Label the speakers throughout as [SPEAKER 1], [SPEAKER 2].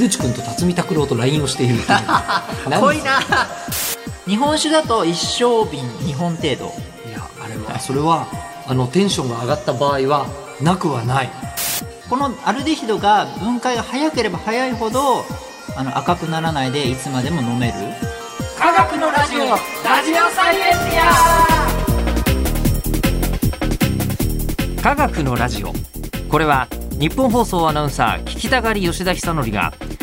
[SPEAKER 1] 内くんと辰巳拓郎と LINE をしてい るっていう何
[SPEAKER 2] 濃いな日本酒だと一升瓶2本程度
[SPEAKER 1] いやあれはそれはあのテンションが上がった場合はなくはない
[SPEAKER 2] このアルデヒドが分解が早ければ早いほどあの赤くならないでいつまでも飲める
[SPEAKER 1] 科学のラジオラジオサイエンティア科学のラジオこれは日本放送アナウンサー聞きたがり吉田久典が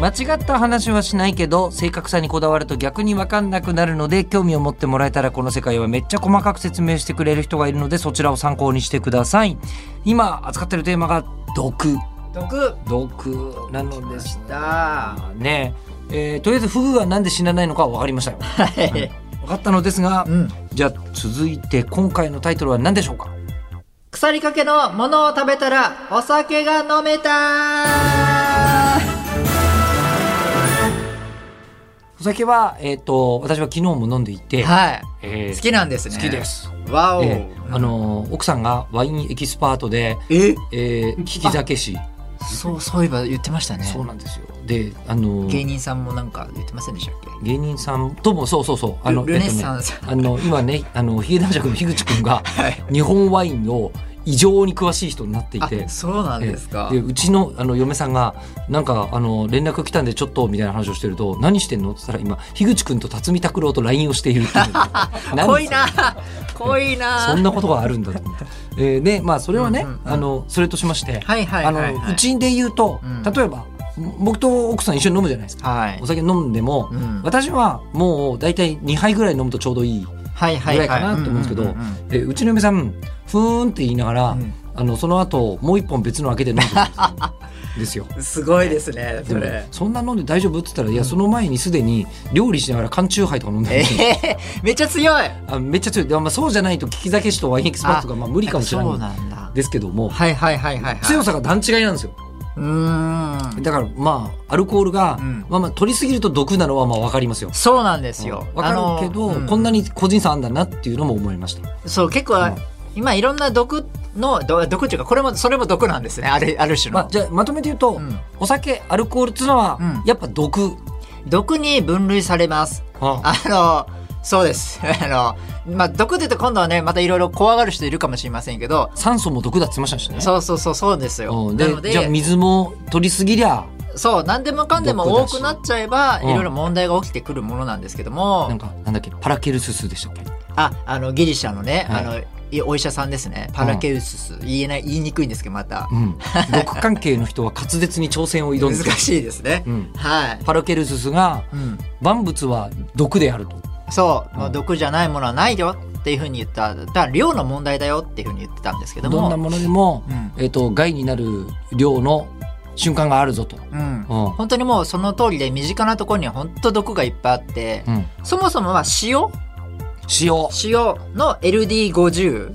[SPEAKER 1] 間違った話はしないけど正確さにこだわると逆に分かんなくなるので興味を持ってもらえたらこの世界はめっちゃ細かく説明してくれる人がいるのでそちらを参考にしてください今扱ってるテーマが毒
[SPEAKER 2] 毒
[SPEAKER 1] 毒なので
[SPEAKER 2] で
[SPEAKER 1] し
[SPEAKER 2] した
[SPEAKER 1] たねえーとりあえずフグがなんで死なないのかは分かりましたよ
[SPEAKER 2] はい
[SPEAKER 1] 分かったのですが、
[SPEAKER 2] うん
[SPEAKER 1] じゃあ続いて今回のタイトルは何でしょうか
[SPEAKER 2] 腐りかけのものを食べたらお酒が飲めた
[SPEAKER 1] お酒は、えっ、と、私は昨日も飲んでいて、
[SPEAKER 2] はい
[SPEAKER 1] えー
[SPEAKER 2] 好きなんですね
[SPEAKER 1] 好きです。
[SPEAKER 2] わお、
[SPEAKER 1] えーあのー奥さんがワインエキスパートで、
[SPEAKER 2] え
[SPEAKER 1] えー、聞き酒師、
[SPEAKER 2] そうそういえば言ってましたね
[SPEAKER 1] そうなんですよ。で、あのー
[SPEAKER 2] 芸人さんもなんか言ってませんでしたっけ
[SPEAKER 1] 芸人さんとも、そうそうそう、あ
[SPEAKER 2] あ
[SPEAKER 1] の、
[SPEAKER 2] のル
[SPEAKER 1] え
[SPEAKER 2] ネ
[SPEAKER 1] っとね
[SPEAKER 2] サンス、
[SPEAKER 1] あの、今ね、あの、ヒゲ男爵の樋口くんが、
[SPEAKER 2] はい
[SPEAKER 1] 日本ワインを異常に詳しい人になっていて
[SPEAKER 2] あ、そうなんですか、
[SPEAKER 1] えーでうちのあの嫁さんがなんかあの連絡来たんでちょっとみたいな話をしてると何してんのって言ったら今樋口くんと辰巳拓郎と LINE をしているっていう何
[SPEAKER 2] 濃 いな濃いな
[SPEAKER 1] そんなことがあるんだと思って。えーでまあそれはね、
[SPEAKER 2] うんうんうん
[SPEAKER 1] あのそれとしまして、
[SPEAKER 2] はいはいはいは
[SPEAKER 1] あ
[SPEAKER 2] い
[SPEAKER 1] のうちで言うと、
[SPEAKER 2] うん
[SPEAKER 1] 例えば僕と奥さん一緒に飲むじゃないですか。
[SPEAKER 2] はい
[SPEAKER 1] お酒飲んでも、
[SPEAKER 2] うん
[SPEAKER 1] 私はもう大体2杯ぐらい飲むとちょうどいい
[SPEAKER 2] はいはい
[SPEAKER 1] ぐ
[SPEAKER 2] は
[SPEAKER 1] らい
[SPEAKER 2] い
[SPEAKER 1] かなと思うんですけど
[SPEAKER 2] ううん
[SPEAKER 1] でうちの嫁さんふーんって言いながら、
[SPEAKER 2] うん
[SPEAKER 1] あのその後もう一本別の開けて飲んでるんですよですよ。
[SPEAKER 2] うんすごいですね
[SPEAKER 1] で
[SPEAKER 2] そ
[SPEAKER 1] も
[SPEAKER 2] れ
[SPEAKER 1] そんな飲んで大丈夫って言ったらいやその前にすでに料理しながら缶チューハイとか飲んでるんで
[SPEAKER 2] え
[SPEAKER 1] すよ
[SPEAKER 2] えめっちゃ強い
[SPEAKER 1] あめっちゃ強いで、まあ、そうじゃないと利き酒師とワインエキスパートがまあ無理かもしれない
[SPEAKER 2] そうなんだ
[SPEAKER 1] ですけども、
[SPEAKER 2] はいはいはいはいはい
[SPEAKER 1] 強さが段違いなんですよ
[SPEAKER 2] うーん
[SPEAKER 1] だからまあアルコールが、
[SPEAKER 2] うん
[SPEAKER 1] まあまあ取りすぎると毒なのはまあわかりますよ
[SPEAKER 2] そうなんですよ
[SPEAKER 1] わかるけど、
[SPEAKER 2] あのうん
[SPEAKER 1] こんなに個人差あんだなっていうのも思いました
[SPEAKER 2] そう結構、
[SPEAKER 1] うん
[SPEAKER 2] 今いろんな毒のど毒っていうかこれもそれも毒なんですねあるある種の、
[SPEAKER 1] まあ、じゃあまとめて言うと、
[SPEAKER 2] うん
[SPEAKER 1] お酒アルコールっていうのは、
[SPEAKER 2] うん
[SPEAKER 1] やっぱ毒
[SPEAKER 2] 毒に分類されます
[SPEAKER 1] あ
[SPEAKER 2] あのそうです あのまあ毒で言うと今度はねまたいろいろ怖がる人いるかもしれませんけど
[SPEAKER 1] 酸素も毒だって言ってましたしね
[SPEAKER 2] そうそうそうそうですよ
[SPEAKER 1] うん
[SPEAKER 2] なの
[SPEAKER 1] でじゃあ
[SPEAKER 2] で
[SPEAKER 1] 水も取りすぎりゃ
[SPEAKER 2] そう何でもかんでも多くなっちゃえば
[SPEAKER 1] 毒だ
[SPEAKER 2] い
[SPEAKER 1] し
[SPEAKER 2] ろいろ問題が起きてくるものなんですけど
[SPEAKER 1] なん
[SPEAKER 2] も
[SPEAKER 1] かなんだっけパラケルススでしたっけ
[SPEAKER 2] ああのギリシャのね、
[SPEAKER 1] はい
[SPEAKER 2] あのいお医者さんですねパラケウスス、言えない言いにくいんですけどまた
[SPEAKER 1] うん、毒関係の人は滑舌に挑戦を挑
[SPEAKER 2] 難
[SPEAKER 1] んで、
[SPEAKER 2] しいですね、
[SPEAKER 1] うん、
[SPEAKER 2] はい、
[SPEAKER 1] パラケルススが
[SPEAKER 2] うん、
[SPEAKER 1] 万物は毒であると
[SPEAKER 2] そう、
[SPEAKER 1] うん
[SPEAKER 2] まあ毒じゃないものはないよっていうふうに言っただから量の問題だよっていうふうに言ってたんですけど
[SPEAKER 1] どんな
[SPEAKER 2] も
[SPEAKER 1] ものでも、
[SPEAKER 2] うん
[SPEAKER 1] えっと害になる量の瞬間があるぞと、
[SPEAKER 2] うん
[SPEAKER 1] う
[SPEAKER 2] 本当にもうその通りで身近なところには本当毒がいっぱいあって、
[SPEAKER 1] んうん、
[SPEAKER 2] そもそもは塩
[SPEAKER 1] 塩あ
[SPEAKER 2] 塩の LD50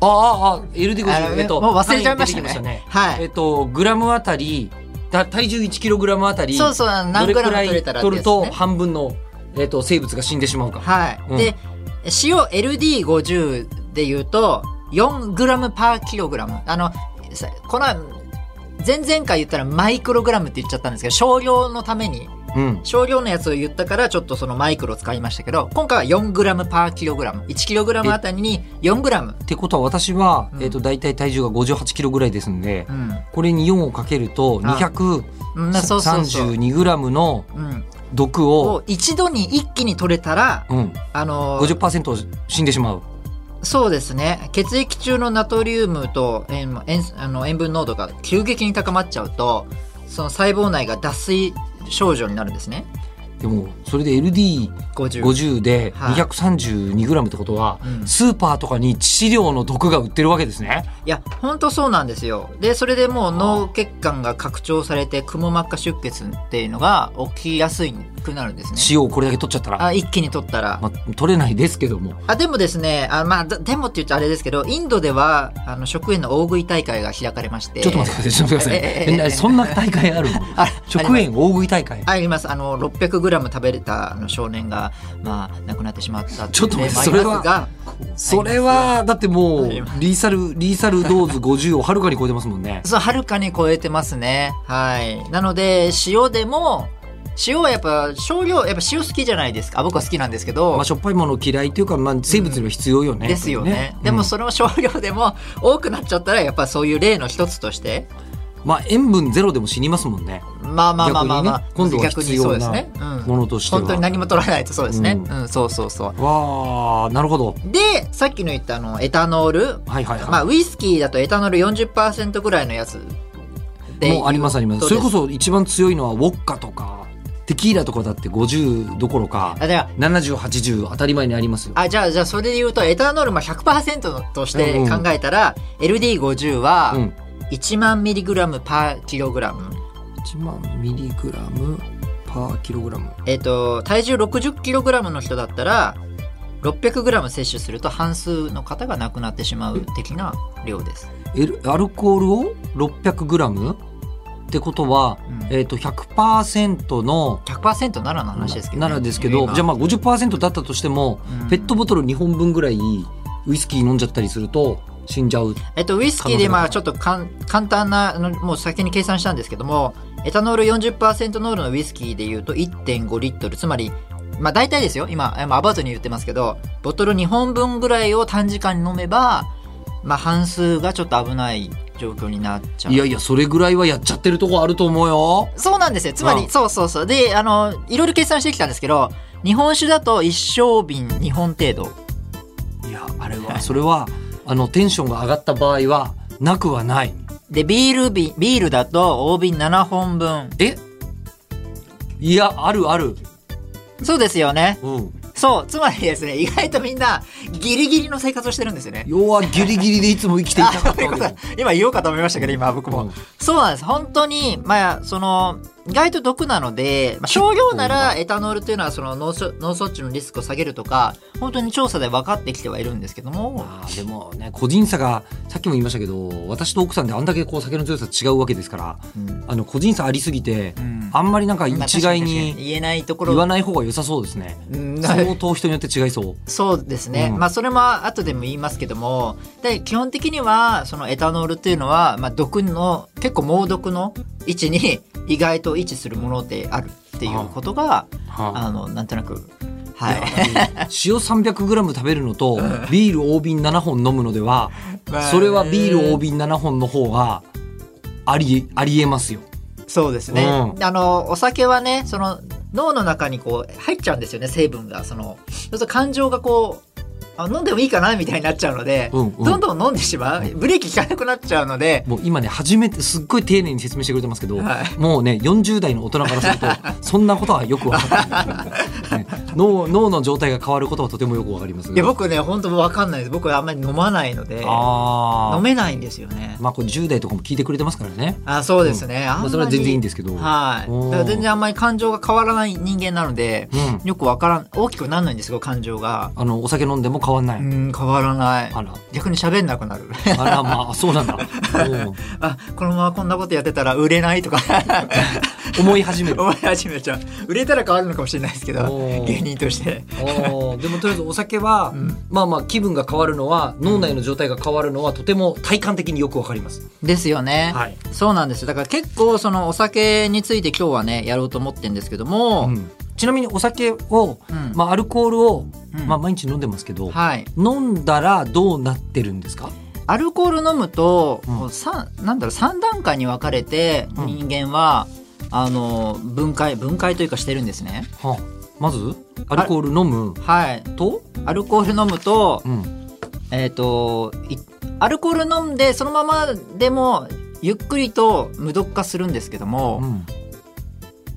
[SPEAKER 1] あああ LD50
[SPEAKER 2] あのもう忘れちゃいましたねは
[SPEAKER 1] えっ
[SPEAKER 2] い、
[SPEAKER 1] とグラムあたりだ体重 1kg あたり
[SPEAKER 2] そうそうあの
[SPEAKER 1] ど
[SPEAKER 2] 何
[SPEAKER 1] れ
[SPEAKER 2] グ
[SPEAKER 1] く
[SPEAKER 2] ラム
[SPEAKER 1] ら
[SPEAKER 2] 取れ
[SPEAKER 1] い
[SPEAKER 2] たら
[SPEAKER 1] 取
[SPEAKER 2] で
[SPEAKER 1] る
[SPEAKER 2] す
[SPEAKER 1] と
[SPEAKER 2] ね
[SPEAKER 1] 半分の、えっと生物が死んでしまうか
[SPEAKER 2] はい、
[SPEAKER 1] うん
[SPEAKER 2] で塩 LD50 で言うと4グラムパーキログラムあのさこの前々回言ったらマイクログラムって言っちゃったんですけど少量のために
[SPEAKER 1] うん
[SPEAKER 2] 少量のやつを言ったからちょっとそのマイクロ使いましたけど今回は 4g パーキログラム 1kg あたりに 4g
[SPEAKER 1] ってことは私は、
[SPEAKER 2] うん
[SPEAKER 1] えっと大体体重が 58kg ぐらいですんで、
[SPEAKER 2] うん、
[SPEAKER 1] これに4をかけると
[SPEAKER 2] あうん、なそうそうそう、
[SPEAKER 1] 232g の
[SPEAKER 2] うん、
[SPEAKER 1] 毒を、
[SPEAKER 2] を一度に一気に取れたら
[SPEAKER 1] うん、
[SPEAKER 2] あのー
[SPEAKER 1] 50%死んでしまう。
[SPEAKER 2] そうですね血液中のナトリウムと塩塩あの塩分濃度が急激に高まっちゃうとその細胞内が脱水症状になるんですね
[SPEAKER 1] でもそれで LD50
[SPEAKER 2] 50
[SPEAKER 1] で
[SPEAKER 2] はい
[SPEAKER 1] 232g ってことは、
[SPEAKER 2] うん
[SPEAKER 1] スーパーとかに致死量の毒が売ってるわけですね。
[SPEAKER 2] いや本当そうなんですよでそれでもう脳血管が拡張されてくも膜下出血っていうのが起きやすいんくなるんですね。
[SPEAKER 1] 塩をこれだけ取っちゃったら、
[SPEAKER 2] あ一気に取ったら。
[SPEAKER 1] まあ、取れないですけども
[SPEAKER 2] あでもですねあ、まあ、だでもって言っちゃあれですけどインドではあの食塩の大食い大会が開かれまして
[SPEAKER 1] ちょっと待ってくださいちょっと待ってください
[SPEAKER 2] ええええ
[SPEAKER 1] えな そんな大会あるの
[SPEAKER 2] あ
[SPEAKER 1] 食塩大食い大会
[SPEAKER 2] ありますあの 600g 食べれたあの少年が、まあ、亡くなってしまった
[SPEAKER 1] ちょっと待って
[SPEAKER 2] それ
[SPEAKER 1] それは
[SPEAKER 2] が
[SPEAKER 1] それはだってもう
[SPEAKER 2] あ
[SPEAKER 1] リ
[SPEAKER 2] りま
[SPEAKER 1] ーサルリーサルドーズ50をはるかに超えてますもんね
[SPEAKER 2] そうはるかに超えてますねはいなので塩でも塩はやっぱ少量やっぱ塩好きじゃないですかあ僕は好きなんですけど、
[SPEAKER 1] まあ、しょっぱいもの嫌いというか、まあ、生物には必要よね、
[SPEAKER 2] ですよね、
[SPEAKER 1] うん
[SPEAKER 2] でもそれを少量でも多くなっちゃったらやっぱそういう例の一つとして
[SPEAKER 1] まあ、塩分ゼロでも死にますもんね
[SPEAKER 2] まあまあまあまあまあ、
[SPEAKER 1] 逆にね今度は
[SPEAKER 2] 逆にそうですね、う
[SPEAKER 1] も
[SPEAKER 2] ん、
[SPEAKER 1] のとしては
[SPEAKER 2] 本当に何も取らないとそうですね、
[SPEAKER 1] う
[SPEAKER 2] うんそうそうそう
[SPEAKER 1] わあなるほど
[SPEAKER 2] でさっきの言ったあのエタノール
[SPEAKER 1] はいはいはい、
[SPEAKER 2] まあ、ウイスキーだとエタノール40%ぐらいのやつで
[SPEAKER 1] もうありますあります
[SPEAKER 2] そう
[SPEAKER 1] そ
[SPEAKER 2] で
[SPEAKER 1] れ
[SPEAKER 2] す
[SPEAKER 1] こそ一番強いのはウォッカとかテキーラとかだって50どころか
[SPEAKER 2] あじゃ
[SPEAKER 1] 7080当たり前にありますよ
[SPEAKER 2] ああじゃあじゃあそれで言うとエタノールも100%として考えたら、LD50
[SPEAKER 1] う
[SPEAKER 2] は
[SPEAKER 1] ん
[SPEAKER 2] 1万ミリグラムパーキログラム、
[SPEAKER 1] 1万ミリグラムパーキログラム
[SPEAKER 2] えっ、と体重60キログラムの人だったら600グラム摂取すると半数の方が亡くなってしまう的な量です。
[SPEAKER 1] エルアルコールを600グラムってことは、
[SPEAKER 2] うん
[SPEAKER 1] えっ、と100%の
[SPEAKER 2] 100%ならの話ですけど、ね、
[SPEAKER 1] ならですけど
[SPEAKER 2] 今
[SPEAKER 1] じゃあまあ50%だったとしても、
[SPEAKER 2] うん
[SPEAKER 1] ペットボトル2本分ぐらいウイスキー飲んじゃったりすると死んじゃう
[SPEAKER 2] えっと、ウイスキー
[SPEAKER 1] 可能性
[SPEAKER 2] で
[SPEAKER 1] が
[SPEAKER 2] まあちょっとかん簡単なあのもう先に計算したんですけどもエタノール40%ノールのウイスキーでいうと1.5リットルつまりまあ大体ですよ今えまあアバウトに言ってますけどボトル2本分ぐらいを短時間に飲めば、まあ、半数がちょっと危ない状況になっちゃう
[SPEAKER 1] いやいやそれぐらいはやっちゃってるとこあると思うよ
[SPEAKER 2] そうなんですよつまり、
[SPEAKER 1] うん
[SPEAKER 2] そうそうそうであのいろいろ計算してきたんですけど日本酒だと一升瓶2本程度
[SPEAKER 1] いやあれ はそれはあのテンションが上がった場合はなくはない
[SPEAKER 2] でビール瓶ビールだと大瓶7本分
[SPEAKER 1] えいやあるある
[SPEAKER 2] そうですよね
[SPEAKER 1] うん
[SPEAKER 2] そう、つまりですね、意外とみんなギリギリの生活をしてるんですよね。
[SPEAKER 1] 要はギリギリでいつも生きてい
[SPEAKER 2] あ
[SPEAKER 1] たかっ
[SPEAKER 2] そう
[SPEAKER 1] た
[SPEAKER 2] いう
[SPEAKER 1] わ
[SPEAKER 2] こ
[SPEAKER 1] け
[SPEAKER 2] と
[SPEAKER 1] だ
[SPEAKER 2] だ今言おうかと思いましたけど、今僕も。
[SPEAKER 1] うん
[SPEAKER 2] そうなんです。本当に、まあ、その、意外と毒なので、まあ、少量ならエタノールというのはその脳卒脳卒中のリスクを下げるとか、本当に調査で分かってきてはいるんですけども、
[SPEAKER 1] まあでもね個人差がさっきも言いましたけど私と奥さんであんだけこう酒の強さ違うわけですから
[SPEAKER 2] うん
[SPEAKER 1] あの個人差ありすぎて、
[SPEAKER 2] うん
[SPEAKER 1] あんまりなんか一概
[SPEAKER 2] まあ確か確か
[SPEAKER 1] に
[SPEAKER 2] 言えないところ
[SPEAKER 1] 言わない方が良さそうですね
[SPEAKER 2] うん
[SPEAKER 1] 相当人によって違いそう
[SPEAKER 2] そうですね、
[SPEAKER 1] うん
[SPEAKER 2] まあそれも後でも言いますけどもで基本的にはそのエタノールというのは、まあ、毒の結構猛毒の位置に意外と位置するものであるっていうことが
[SPEAKER 1] は
[SPEAKER 2] あのなんとなく
[SPEAKER 1] あ
[SPEAKER 2] はい
[SPEAKER 1] いや塩 300g 食べるのとビール大瓶7本飲むのではそれはビール大瓶7本の方がありありえますよ。
[SPEAKER 2] そうですね、
[SPEAKER 1] う
[SPEAKER 2] あのお酒はねその脳の中にこう入っちゃうんですよね成分がそのそうすると感情がこうあ飲んでもいいかなみたいになっちゃうので、
[SPEAKER 1] うんうん
[SPEAKER 2] どんどん飲んでしまうブレーキ効かなくなっちゃうので、
[SPEAKER 1] もう今ね初めてすっごい丁寧に説明してくれてますけど、
[SPEAKER 2] はい
[SPEAKER 1] もうね40代の大人からする とそんなことはよくわかる、ね脳脳の状態が変わることはとてもよくわかります
[SPEAKER 2] いや僕ね本当分かんないです僕はあんまり飲まないので
[SPEAKER 1] あ
[SPEAKER 2] 飲
[SPEAKER 1] あ
[SPEAKER 2] めないんですよね。
[SPEAKER 1] まあこれ10代とかも聞いてくれてますからね、
[SPEAKER 2] あ、そうですね。あんま
[SPEAKER 1] まあ、
[SPEAKER 2] り
[SPEAKER 1] それは全然いいんですけど、
[SPEAKER 2] はい。
[SPEAKER 1] おー
[SPEAKER 2] だから全然あんまり感情が変わらない人間なので、
[SPEAKER 1] うん、
[SPEAKER 2] よくわからん、大きくならないんですよ、感情が。
[SPEAKER 1] あのお酒飲んでも変わんな
[SPEAKER 2] う
[SPEAKER 1] い、
[SPEAKER 2] ん、変わらない。
[SPEAKER 1] あら
[SPEAKER 2] 逆に喋んなくなる。
[SPEAKER 1] あらまあそうなん だ、うん
[SPEAKER 2] あ、このままこんなことやってたら売れない とか
[SPEAKER 1] 思い始める
[SPEAKER 2] 思い始めちゃう。売れたら変わるのかもしれないですけ
[SPEAKER 1] おー
[SPEAKER 2] ど、芸人として。
[SPEAKER 1] おーでもとりあえずお酒は、
[SPEAKER 2] ん
[SPEAKER 1] まあまあ気分が変わるのは脳内の状態が変わるのはとても体感的によくわかります。
[SPEAKER 2] ですよね。
[SPEAKER 1] はい
[SPEAKER 2] そうなんですよ。だから結構そのお酒について今日はね、やろうと思ってんですけども、
[SPEAKER 1] うんちなみにお酒を、
[SPEAKER 2] うん
[SPEAKER 1] まあ、アルコールを、
[SPEAKER 2] うん
[SPEAKER 1] まあ、毎日飲んでますけど、
[SPEAKER 2] はい。
[SPEAKER 1] 飲んだらどうなってるんですか
[SPEAKER 2] アルコール飲むと、
[SPEAKER 1] うん
[SPEAKER 2] もうさなんだろう3段階に分かれて
[SPEAKER 1] うん
[SPEAKER 2] 人間は、あの分解分解というかしてるんですね
[SPEAKER 1] はあまずアルコール飲む
[SPEAKER 2] はい
[SPEAKER 1] と、
[SPEAKER 2] アルコール飲むと
[SPEAKER 1] うん、
[SPEAKER 2] えっ、といアルコール飲んでそのままでもゆっくりと無毒化するんですけども、
[SPEAKER 1] うん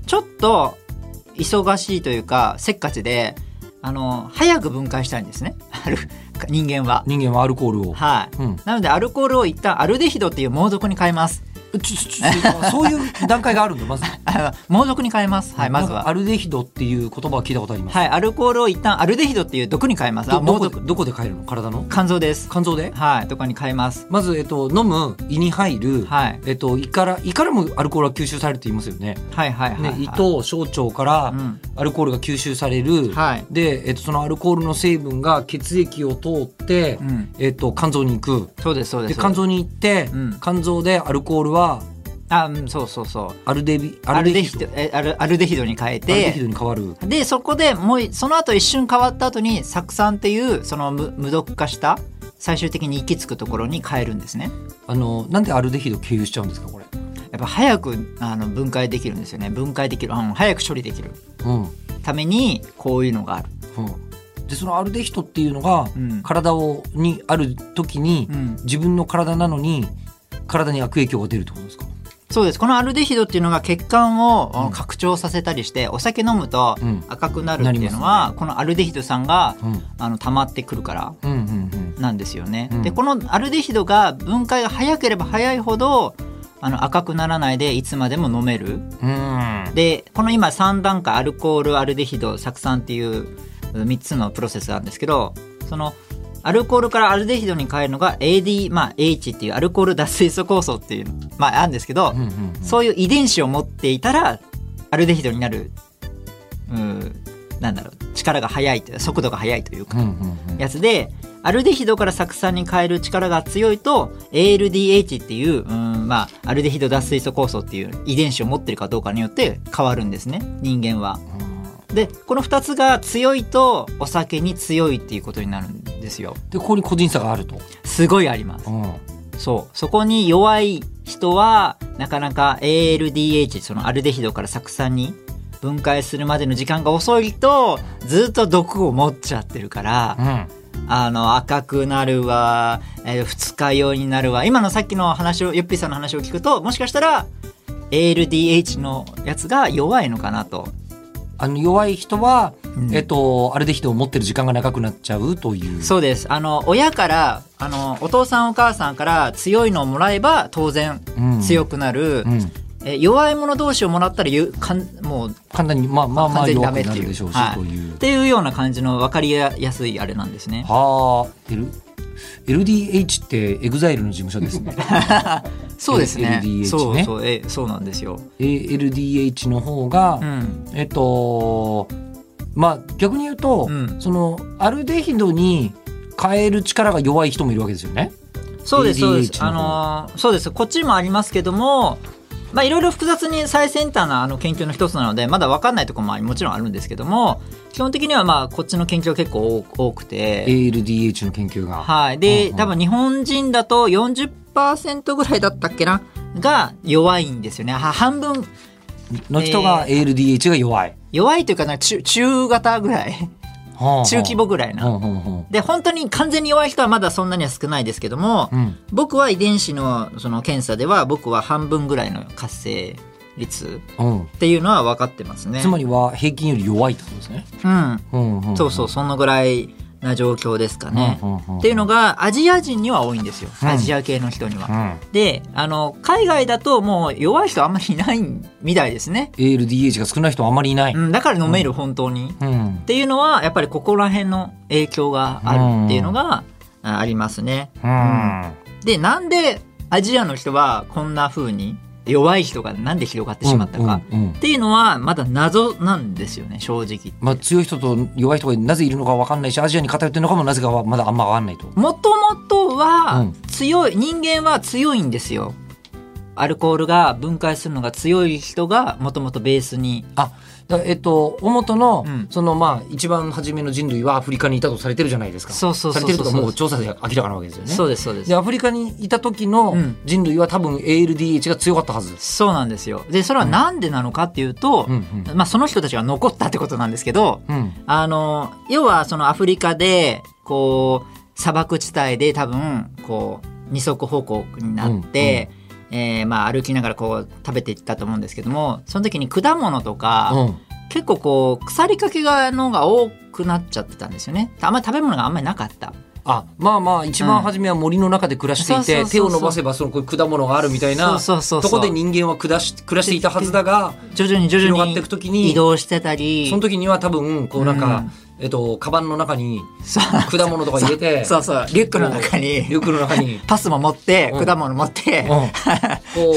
[SPEAKER 2] ちょっと忙しいというかせっかちであの早く分解したいんですね ある人間は
[SPEAKER 1] 人間はアルコールを。
[SPEAKER 2] はい
[SPEAKER 1] うん、
[SPEAKER 2] なのでアルコールを一旦アルデヒドっていう猛毒に変えます
[SPEAKER 1] ちょちょちょ そういう段階があるんだまず
[SPEAKER 2] あの猛毒に変えます。 はい、まず
[SPEAKER 1] なんかア
[SPEAKER 2] は。
[SPEAKER 1] ルデヒドっていう言葉を聞いたことあります、
[SPEAKER 2] はい、アルコールを一旦アルデヒドっていう毒に変えます。
[SPEAKER 1] ど
[SPEAKER 2] あ、
[SPEAKER 1] ど
[SPEAKER 2] 猛
[SPEAKER 1] こで
[SPEAKER 2] 毒。
[SPEAKER 1] どこで変えるの体の
[SPEAKER 2] 肝臓です。
[SPEAKER 1] 肝臓で
[SPEAKER 2] はい、とかに変えます。
[SPEAKER 1] まず、えっと、飲む胃に入る、
[SPEAKER 2] はい。
[SPEAKER 1] えっと、胃から胃からもアルコールは吸収されるって言いますよね,、
[SPEAKER 2] はいはいはい、
[SPEAKER 1] ね
[SPEAKER 2] はい。
[SPEAKER 1] 胃と小腸から
[SPEAKER 2] うん。
[SPEAKER 1] アルコールが吸収される、
[SPEAKER 2] はい。
[SPEAKER 1] で、えっと、そのアルコールの成分が血液を通って、
[SPEAKER 2] うん。
[SPEAKER 1] えっと、肝臓に行く
[SPEAKER 2] そうですそうで。
[SPEAKER 1] です肝臓に行って、
[SPEAKER 2] うん
[SPEAKER 1] 肝臓でアルコールは
[SPEAKER 2] あ、うん、そうそうそう。
[SPEAKER 1] アルデビ
[SPEAKER 2] アルデヒド、え、アルアルデヒドに変え
[SPEAKER 1] アルデヒ
[SPEAKER 2] て。
[SPEAKER 1] ドに変わる
[SPEAKER 2] で、そこでもう、その後一瞬変わった後に、酢酸っていう、その無無毒化した。最終的に行き着くところに変えるんですね。
[SPEAKER 1] あのなんでアルデヒド経由しちゃうんですかこれ、
[SPEAKER 2] やっぱ早くあの分解できるんですよね分解できる、うん、早く処理できる
[SPEAKER 1] うんう
[SPEAKER 2] ためにこういうのがある、
[SPEAKER 1] ん、でそのアルデヒドっていうのが、
[SPEAKER 2] うん
[SPEAKER 1] 体をにある時に、
[SPEAKER 2] うん、
[SPEAKER 1] 自分の体なのに体に悪影響が出るってことですか、
[SPEAKER 2] そうですこのアルデヒドっていうのが血管をあ
[SPEAKER 1] うん
[SPEAKER 2] の拡張させたりして、お酒飲むと
[SPEAKER 1] うん
[SPEAKER 2] 赤くなるっていうのは、このアルデヒド酸が
[SPEAKER 1] うん、
[SPEAKER 2] あの溜まってくるから
[SPEAKER 1] うんうん
[SPEAKER 2] なんですよね、
[SPEAKER 1] うん
[SPEAKER 2] でこのアルデヒドが分解が早ければ早いほどあの赤くならないでいつまでも飲める
[SPEAKER 1] うんうん
[SPEAKER 2] でこの今3段階アルコールアルデヒド酢酸っていう3つのプロセスなんですけどそのアルコールからアルデヒドに変えるのが ADH、まあ、H っていうアルコール脱水素酵素っていうまああるんですけど、
[SPEAKER 1] うんうん
[SPEAKER 2] そういう遺伝子を持っていたらアルデヒドになるうんなんだろう力が速いという速度が速いというか
[SPEAKER 1] うんうんうん
[SPEAKER 2] やつでアルデヒドから酢酸に変える力が強いと ALDH っていううん、まあ、アルデヒド脱水素酵素っていう遺伝子を持ってるかどうかによって変わるんですね人間は。でこの2つが強いとお酒に強いっていうことになるんですよ。
[SPEAKER 1] でここに個人差があると、
[SPEAKER 2] すごいあります。
[SPEAKER 1] ん、
[SPEAKER 2] そうそこに弱い人はなかなか ALDH そのアルデヒドから酢酸に分解するまでの時間が遅いとずっと毒を持っちゃってるから。
[SPEAKER 1] うん
[SPEAKER 2] あの赤くなるわ、えー二日酔いになるわ今のさっきの話をゆっぴーさんの話を聞くともしかしたら ALDH のやつが弱いのかなと、
[SPEAKER 1] あの弱い人は、
[SPEAKER 2] うん
[SPEAKER 1] えっと、アルデヒドを持ってる時間が長くなっちゃうという。
[SPEAKER 2] そうですあの親からあのお父さんお母さんから強いのをもらえば当然
[SPEAKER 1] うん
[SPEAKER 2] 強くなる、
[SPEAKER 1] うん
[SPEAKER 2] えー弱い者同士をもらったらゆかんもうっ
[SPEAKER 1] 簡単に、まあまあま
[SPEAKER 2] 完
[SPEAKER 1] あ
[SPEAKER 2] 全に
[SPEAKER 1] 弱く
[SPEAKER 2] ダメって
[SPEAKER 1] な
[SPEAKER 2] いう
[SPEAKER 1] るでしょうし、
[SPEAKER 2] はい
[SPEAKER 1] という。
[SPEAKER 2] ていうような感じの分かりややすいあれなんですね
[SPEAKER 1] はあ、L LDH ってエグザイルの事務所です ね。
[SPEAKER 2] そうですね
[SPEAKER 1] LDH ね
[SPEAKER 2] そうそうえーそうなんですよ、
[SPEAKER 1] ALDH の方が、
[SPEAKER 2] うん、
[SPEAKER 1] えっと、まあ逆に言うと、
[SPEAKER 2] うん
[SPEAKER 1] そのアルデヒドに変える力が弱い人もいるわけですよね。
[SPEAKER 2] そうで
[SPEAKER 1] ADH
[SPEAKER 2] すそうです
[SPEAKER 1] の方
[SPEAKER 2] あのーそうですこっちもありますけどもまあいろいろ複雑に最先端なあの研究の一つなのでまだ分かんないところもありもちろんあるんですけども基本的にはまあこっちの研究は結構多多くて
[SPEAKER 1] ALDH の研究が。
[SPEAKER 2] はい
[SPEAKER 1] うん
[SPEAKER 2] で
[SPEAKER 1] うん
[SPEAKER 2] 多分日本人だと40%ぐらいだったっけなが弱いんですよねは半分
[SPEAKER 1] の人が ALDH が弱い。
[SPEAKER 2] 弱いというかなんか中中型ぐらい
[SPEAKER 1] はあ
[SPEAKER 2] 中規模ぐらいな
[SPEAKER 1] はあはあは
[SPEAKER 2] で本当に完全に弱い人はまだそんなには少ないですけども
[SPEAKER 1] あうん
[SPEAKER 2] 僕は遺伝子のその検査では僕は半分ぐらいの活性率
[SPEAKER 1] うん
[SPEAKER 2] っていうのは分かってますね。
[SPEAKER 1] つまりは平均より弱いってことですね。
[SPEAKER 2] うん、
[SPEAKER 1] うんんん
[SPEAKER 2] そうそうそのぐらいな状況ですかね。
[SPEAKER 1] うんうんうん
[SPEAKER 2] っていうのがアジア人には多いんですよ
[SPEAKER 1] うん
[SPEAKER 2] アジア系の人には。
[SPEAKER 1] うん
[SPEAKER 2] であの海外だともう弱い人あんまりいないみたいですね。
[SPEAKER 1] ALDH が少ない人はあまりいない。
[SPEAKER 2] うん、だから飲める本当に。っ
[SPEAKER 1] うん
[SPEAKER 2] ていうのはやっぱりここら辺の影響があるっていうのがあありますね。
[SPEAKER 1] うん
[SPEAKER 2] でなんでアジアの人はこんな風に弱い人がなんで広がってしまったか、っ
[SPEAKER 1] うんうんうん
[SPEAKER 2] ていうのはまだ謎なんですよね正直
[SPEAKER 1] まあ、強い人と弱い人がなぜいるのかわかんないしアジアに偏ってるのかもなぜかはまだあんまわかんないと。
[SPEAKER 2] もともと
[SPEAKER 1] う
[SPEAKER 2] は
[SPEAKER 1] ん
[SPEAKER 2] 強い、人間は強いんですよアルコールが分解するのが強い人がもともとベースに
[SPEAKER 1] あだえっと大元の、
[SPEAKER 2] うん
[SPEAKER 1] そのまあ一番初めの人類はアフリカにいたとされてるじゃないですか。
[SPEAKER 2] そうそうそ
[SPEAKER 1] さ
[SPEAKER 2] う
[SPEAKER 1] れてるとかも
[SPEAKER 2] そうう
[SPEAKER 1] 調査で明らかなわけですよね。
[SPEAKER 2] そうですそうです
[SPEAKER 1] でアフリカにいた時の
[SPEAKER 2] うん
[SPEAKER 1] 人類は多分 ALDH が強かったはずです。
[SPEAKER 2] そうなんですよでそれはなんでなのかっていうと、
[SPEAKER 1] うんうん
[SPEAKER 2] まあ、その人たちが残ったってことなんですけど
[SPEAKER 1] うん
[SPEAKER 2] あの要はそのアフリカでこう砂漠地帯で多分こう二足歩行になって、えーまあ、歩きながらこう食べていったと思うんですけどもその時に果物とか、
[SPEAKER 1] うん
[SPEAKER 2] 結構こう腐りかけがのが多くなっちゃってたんですよねあんまり食べ物があんまりなかった
[SPEAKER 1] あまあまあ一番初めは森の中で暮らしていて、
[SPEAKER 2] うんそうそうそう
[SPEAKER 1] 手
[SPEAKER 2] そう
[SPEAKER 1] を伸ばせばそのこういう果物があるみたいな
[SPEAKER 2] そうそうそうそう
[SPEAKER 1] とこで人間は暮らし暮らしていたはずだが
[SPEAKER 2] 徐々に徐々に
[SPEAKER 1] 広がっていくときに
[SPEAKER 2] 移動してたり
[SPEAKER 1] その時には多分こうなんか、
[SPEAKER 2] うん
[SPEAKER 1] えっとカバンの中に
[SPEAKER 2] そう
[SPEAKER 1] 果物とか入れて
[SPEAKER 2] そうそうリュックの中に
[SPEAKER 1] リュックの中に
[SPEAKER 2] パスも持って
[SPEAKER 1] うん
[SPEAKER 2] 果物持って、
[SPEAKER 1] う んこ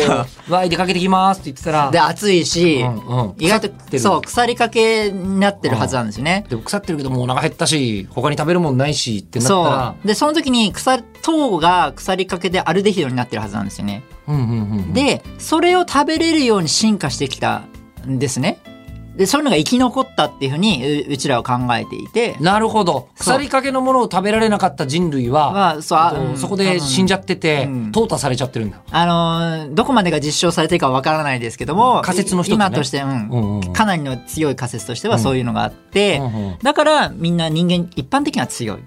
[SPEAKER 1] う「わい出かけてきます」って言ってたら
[SPEAKER 2] で暑いし、
[SPEAKER 1] うんうん
[SPEAKER 2] 意外
[SPEAKER 1] て
[SPEAKER 2] と
[SPEAKER 1] る
[SPEAKER 2] そう腐りかけになってるはずなんですよね、
[SPEAKER 1] でも腐ってるけどもうお腹減ったし他に食べるもんないしってなった
[SPEAKER 2] そ
[SPEAKER 1] ら
[SPEAKER 2] うでその時に腐り糖が腐りかけでアルデヒドになってるはずなんですよね
[SPEAKER 1] うんうんうん
[SPEAKER 2] でそれを食べれるように進化してきたんですねでそういうのが生き残ったっていうふうにううちらは考えていて
[SPEAKER 1] なるほど
[SPEAKER 2] そう
[SPEAKER 1] 腐りかけのものを食べられなかった人類は、
[SPEAKER 2] まあそうあ
[SPEAKER 1] うんそこで死んじゃってて、
[SPEAKER 2] うん
[SPEAKER 1] 淘汰されちゃってるんだ、
[SPEAKER 2] あのーどこまでが実証されてるかわからないですけども
[SPEAKER 1] 仮説の一つね
[SPEAKER 2] 今として、うん
[SPEAKER 1] うんうんうん
[SPEAKER 2] かなりの強い仮説としてはそういうのがあって、
[SPEAKER 1] うんうん
[SPEAKER 2] だからみんな人間一般的には強い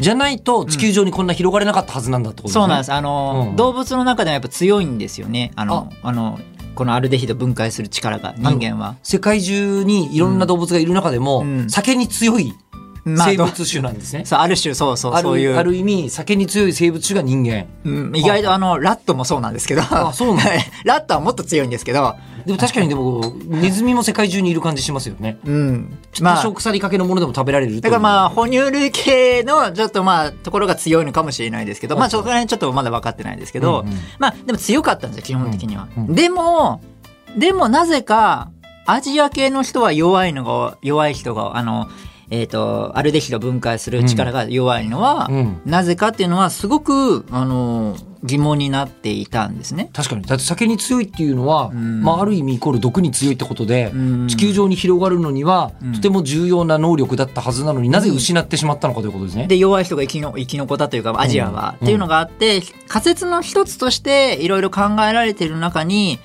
[SPEAKER 1] じゃないと地球上にこんな広がれなかったはずなんだってことだね
[SPEAKER 2] そうなんですあのー、
[SPEAKER 1] うん
[SPEAKER 2] 動物の中でもやっぱ強いんですよねあのあのこのアルデヒド分解する力が人間は、
[SPEAKER 1] 世界中にいろんな動物がいる中でも、
[SPEAKER 2] うん
[SPEAKER 1] 酒に強い
[SPEAKER 2] まあ
[SPEAKER 1] 生物種なんですね、
[SPEAKER 2] そうある種そうそう
[SPEAKER 1] あ
[SPEAKER 2] そうい
[SPEAKER 1] る
[SPEAKER 2] う
[SPEAKER 1] ある意味酒に強い生物種が人間
[SPEAKER 2] うん、意外とあのラットもそうなんですけど
[SPEAKER 1] あそうなんだ
[SPEAKER 2] ラットはもっと強いんですけど、
[SPEAKER 1] でも確かにでもネズミも世界中にいる感じしますよね
[SPEAKER 2] うん、
[SPEAKER 1] 多
[SPEAKER 2] ま
[SPEAKER 1] 少
[SPEAKER 2] あ
[SPEAKER 1] 腐りかけのものでも食べられるという
[SPEAKER 2] だからまあ哺乳類系のちょっとまあところが強いのかもしれないですけど、まあそこら辺ちょっとまだ分かってないですけど、
[SPEAKER 1] うんうん
[SPEAKER 2] まあでも強かったんですよ基本的には、
[SPEAKER 1] うんうん
[SPEAKER 2] でもでもなぜかアジア系の人は弱いのが弱い人があのえっ、とアルデヒド分解する力が弱いのは、
[SPEAKER 1] うん
[SPEAKER 2] なぜかっていうのはすごくあの疑問になっていたんですね。
[SPEAKER 1] 確かにだって酒に強いっていうのは、
[SPEAKER 2] ん
[SPEAKER 1] まあ、ある意味イコール毒に強いってことで、
[SPEAKER 2] うん
[SPEAKER 1] 地球上に広がるのには、とても重要な能力だったはずなのになぜ失ってしまったのかということですね。
[SPEAKER 2] で弱い人が生きの生き残ったというかアジアは、
[SPEAKER 1] うん
[SPEAKER 2] っていうのがあって仮説の一つとしていろいろ考えられている中に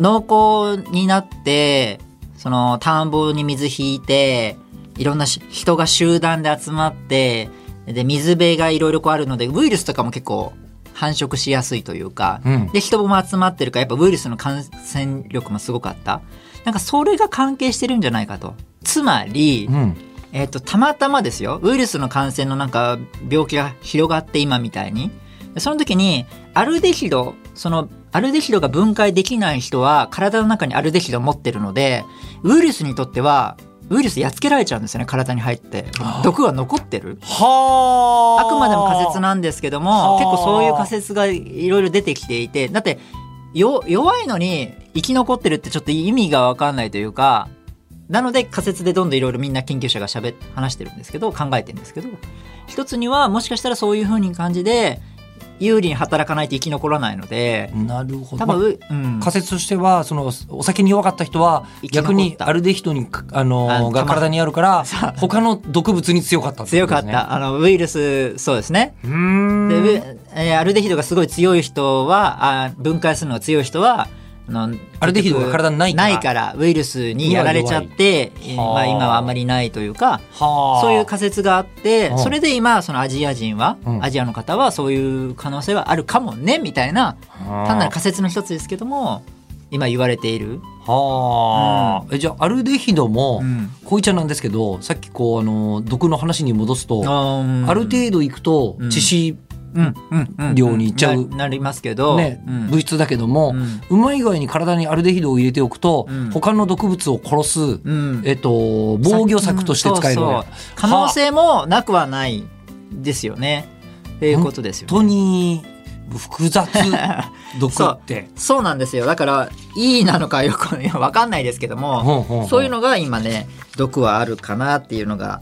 [SPEAKER 2] 農耕になってその田んぼに水引いていろんなし人が集団で集まってで水辺がいろいろこうあるのでウイルスとかも結構繁殖しやすいというか、
[SPEAKER 1] うん
[SPEAKER 2] で人も集まってるからやっぱウイルスの感染力もすごかったなんかそれが関係してるんじゃないかと。つまり、
[SPEAKER 1] うん
[SPEAKER 2] えっとたまたまですよウイルスの感染のなんか病気が広がって今みたいにその時にアルデヒドそのアルデヒドが分解できない人は体の中にアルデヒドを持ってるのでウイルスにとってはウイルスやっつけられちゃうんですよね体に入って毒が残ってる
[SPEAKER 1] は
[SPEAKER 2] あくまでも仮説なんですけど
[SPEAKER 1] はあ
[SPEAKER 2] も結構そういう仮説がいろいろ出てきていてだってよ弱いのに生き残ってるってちょっと意味が分かんないというかなので仮説でどんどんいろいろみんな研究者がしゃべ話してるんですけど考えてるんですけど一つにはもしかしたらそういうふうに感じで有利に働かないと生き残らないので
[SPEAKER 1] なるほど、
[SPEAKER 2] 多
[SPEAKER 1] まあ
[SPEAKER 2] 分、うん、
[SPEAKER 1] 仮説としてはそのお酒に弱かった人は
[SPEAKER 2] 生き残
[SPEAKER 1] 逆
[SPEAKER 2] った
[SPEAKER 1] にアルデヒドにあの
[SPEAKER 2] あ
[SPEAKER 1] が
[SPEAKER 2] たま
[SPEAKER 1] 体にある から
[SPEAKER 2] さ
[SPEAKER 1] 他の毒物に強かったて
[SPEAKER 2] 強
[SPEAKER 1] こ
[SPEAKER 2] か
[SPEAKER 1] と
[SPEAKER 2] っ
[SPEAKER 1] です
[SPEAKER 2] た、
[SPEAKER 1] ね
[SPEAKER 2] あのウイルスそうですね
[SPEAKER 1] うーん
[SPEAKER 2] で、ウえーアルデヒドがすごい強い人はあー分解するのが強い人はあの
[SPEAKER 1] アルデヒドが体にないから
[SPEAKER 2] ないからウイルスにやられちゃって、えー
[SPEAKER 1] はあ
[SPEAKER 2] まあ、今はあんまりないという
[SPEAKER 1] は
[SPEAKER 2] か
[SPEAKER 1] あ
[SPEAKER 2] そういう仮説があって
[SPEAKER 1] うん
[SPEAKER 2] それで今そのアジア人は、
[SPEAKER 1] うん
[SPEAKER 2] アジアの方はそういう可能性はあるかもねみたいな単なる仮説の一つですけども今言われている、
[SPEAKER 1] はあ、えじゃあアルデヒドも、
[SPEAKER 2] うん
[SPEAKER 1] こいちゃんなんですけどさっきこうあの毒の話に戻すと、
[SPEAKER 2] あ
[SPEAKER 1] ある程度いくと
[SPEAKER 2] うん
[SPEAKER 1] 致死、
[SPEAKER 2] 度
[SPEAKER 1] 量にいっちゃう
[SPEAKER 2] ななりますけど、
[SPEAKER 1] ね
[SPEAKER 2] うん
[SPEAKER 1] 物質だけども、う
[SPEAKER 2] うん
[SPEAKER 1] まい具合に体にアルデヒドを入れておくと、
[SPEAKER 2] うん
[SPEAKER 1] 他の毒物を殺す、
[SPEAKER 2] うん
[SPEAKER 1] えっと、防御策として使える
[SPEAKER 2] そう
[SPEAKER 1] わけ
[SPEAKER 2] そう可能性もなくはないですよねっていうことですよね
[SPEAKER 1] 本当に複 雑毒って。
[SPEAKER 2] そうなんですよだからいいなのかよくいやわかんないですけども
[SPEAKER 1] ほほほ
[SPEAKER 2] そういうのが今ね毒はあるかなっていうのが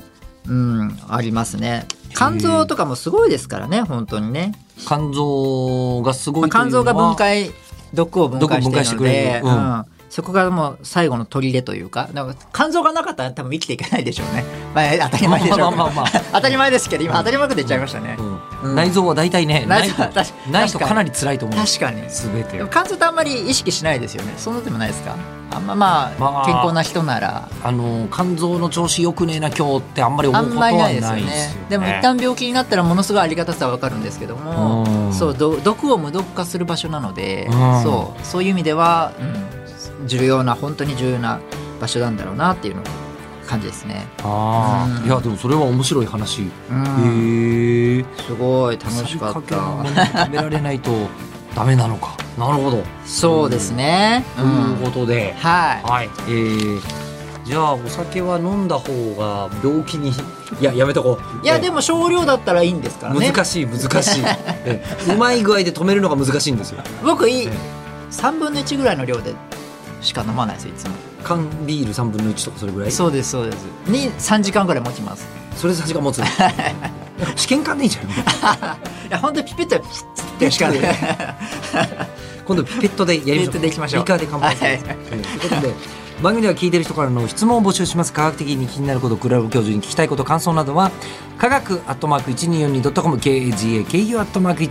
[SPEAKER 2] うんありますね肝臓とかもすごいですからね本当にね、
[SPEAKER 1] 肝臓がすご
[SPEAKER 2] まあ
[SPEAKER 1] いという
[SPEAKER 2] 肝
[SPEAKER 1] の
[SPEAKER 2] 臓
[SPEAKER 1] は、
[SPEAKER 2] が分解毒を分解して
[SPEAKER 1] 毒を分
[SPEAKER 2] い
[SPEAKER 1] 解
[SPEAKER 2] る
[SPEAKER 1] して
[SPEAKER 2] の
[SPEAKER 1] くれる
[SPEAKER 2] で
[SPEAKER 1] う
[SPEAKER 2] うんんそこがもう最後の砦というかなんか肝臓がなかったら多分生きていけないでしょうね、まあ、当たり前でしょうけど、
[SPEAKER 1] まあまあまあまあ
[SPEAKER 2] 当たり前ですけど今当たり前く出ちゃいましたね、
[SPEAKER 1] うん
[SPEAKER 2] うん
[SPEAKER 1] 内臓は大体ねな
[SPEAKER 2] 内
[SPEAKER 1] い
[SPEAKER 2] 臓は
[SPEAKER 1] と
[SPEAKER 2] 確か
[SPEAKER 1] ないと
[SPEAKER 2] 確かに
[SPEAKER 1] かなり辛いと思う
[SPEAKER 2] 確かに
[SPEAKER 1] すべて
[SPEAKER 2] で
[SPEAKER 1] を
[SPEAKER 2] も肝臓ってあんまり意識しないですよねそんなでもないですかあんままあ、
[SPEAKER 1] まあ
[SPEAKER 2] 健康な人なら
[SPEAKER 1] あの肝臓の調子良くねえな今日ってあんまり思
[SPEAKER 2] あ
[SPEAKER 1] うこ
[SPEAKER 2] ん
[SPEAKER 1] と
[SPEAKER 2] ま
[SPEAKER 1] は
[SPEAKER 2] り
[SPEAKER 1] な
[SPEAKER 2] ない
[SPEAKER 1] いですよ
[SPEAKER 2] ですよね
[SPEAKER 1] ね。
[SPEAKER 2] でも一旦病気になったらものすごいありがたさはわかるんですけども、
[SPEAKER 1] うん
[SPEAKER 2] そうど毒を無毒化する場所なので、
[SPEAKER 1] うん
[SPEAKER 2] そうそういう意味では、うん重要な本当に重要な場所なんだろうなっていうのを感じですね。
[SPEAKER 1] あ
[SPEAKER 2] う
[SPEAKER 1] あ
[SPEAKER 2] ん
[SPEAKER 1] いやでもそれは面白い話へ
[SPEAKER 2] うん、
[SPEAKER 1] え
[SPEAKER 2] すごい楽しかった。
[SPEAKER 1] 食べられないとダメなのかなるほど
[SPEAKER 2] そうですね。
[SPEAKER 1] と
[SPEAKER 2] う、
[SPEAKER 1] いうんことで、
[SPEAKER 2] はい。
[SPEAKER 1] はい、えー、じゃあお酒は飲んだ方が病気にいややめとこう
[SPEAKER 2] いやでも少量だったらいいんですからね。
[SPEAKER 1] 難しい難 しいえうまい具合で止めるのが難しいんですよ
[SPEAKER 2] 僕いい
[SPEAKER 1] ええ
[SPEAKER 2] 三分の一ぐらいの量でしか飲まないですよいつも。
[SPEAKER 1] 缶ビール3分の1とかそれぐらいそ
[SPEAKER 2] そうですそうです。に三時間ぐらい持ちます。
[SPEAKER 1] れ差しが持つなん か試験管でいいじゃん
[SPEAKER 2] いや本当にピピッとってしかね。
[SPEAKER 1] 今度ピペットでやりましょう
[SPEAKER 2] ピペットでいきましょう
[SPEAKER 1] ビカーで乾杯する、
[SPEAKER 2] はい
[SPEAKER 1] えーということで番組では聞いてる人からの質問を募集します科学的に気になることクラブ教授に聞きたいこと感想などは科学アットマーク 1242.com KAGAKU アットマーク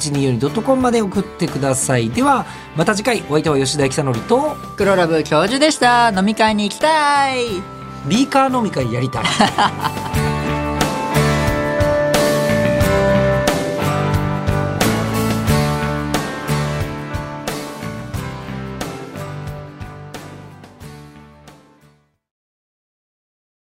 [SPEAKER 1] 1242.com まで送ってくださいではまた次回お相手は吉田久典と
[SPEAKER 2] 黒ラブ教授でした。飲み会に行きたい。
[SPEAKER 1] ビーカー飲み会やりたい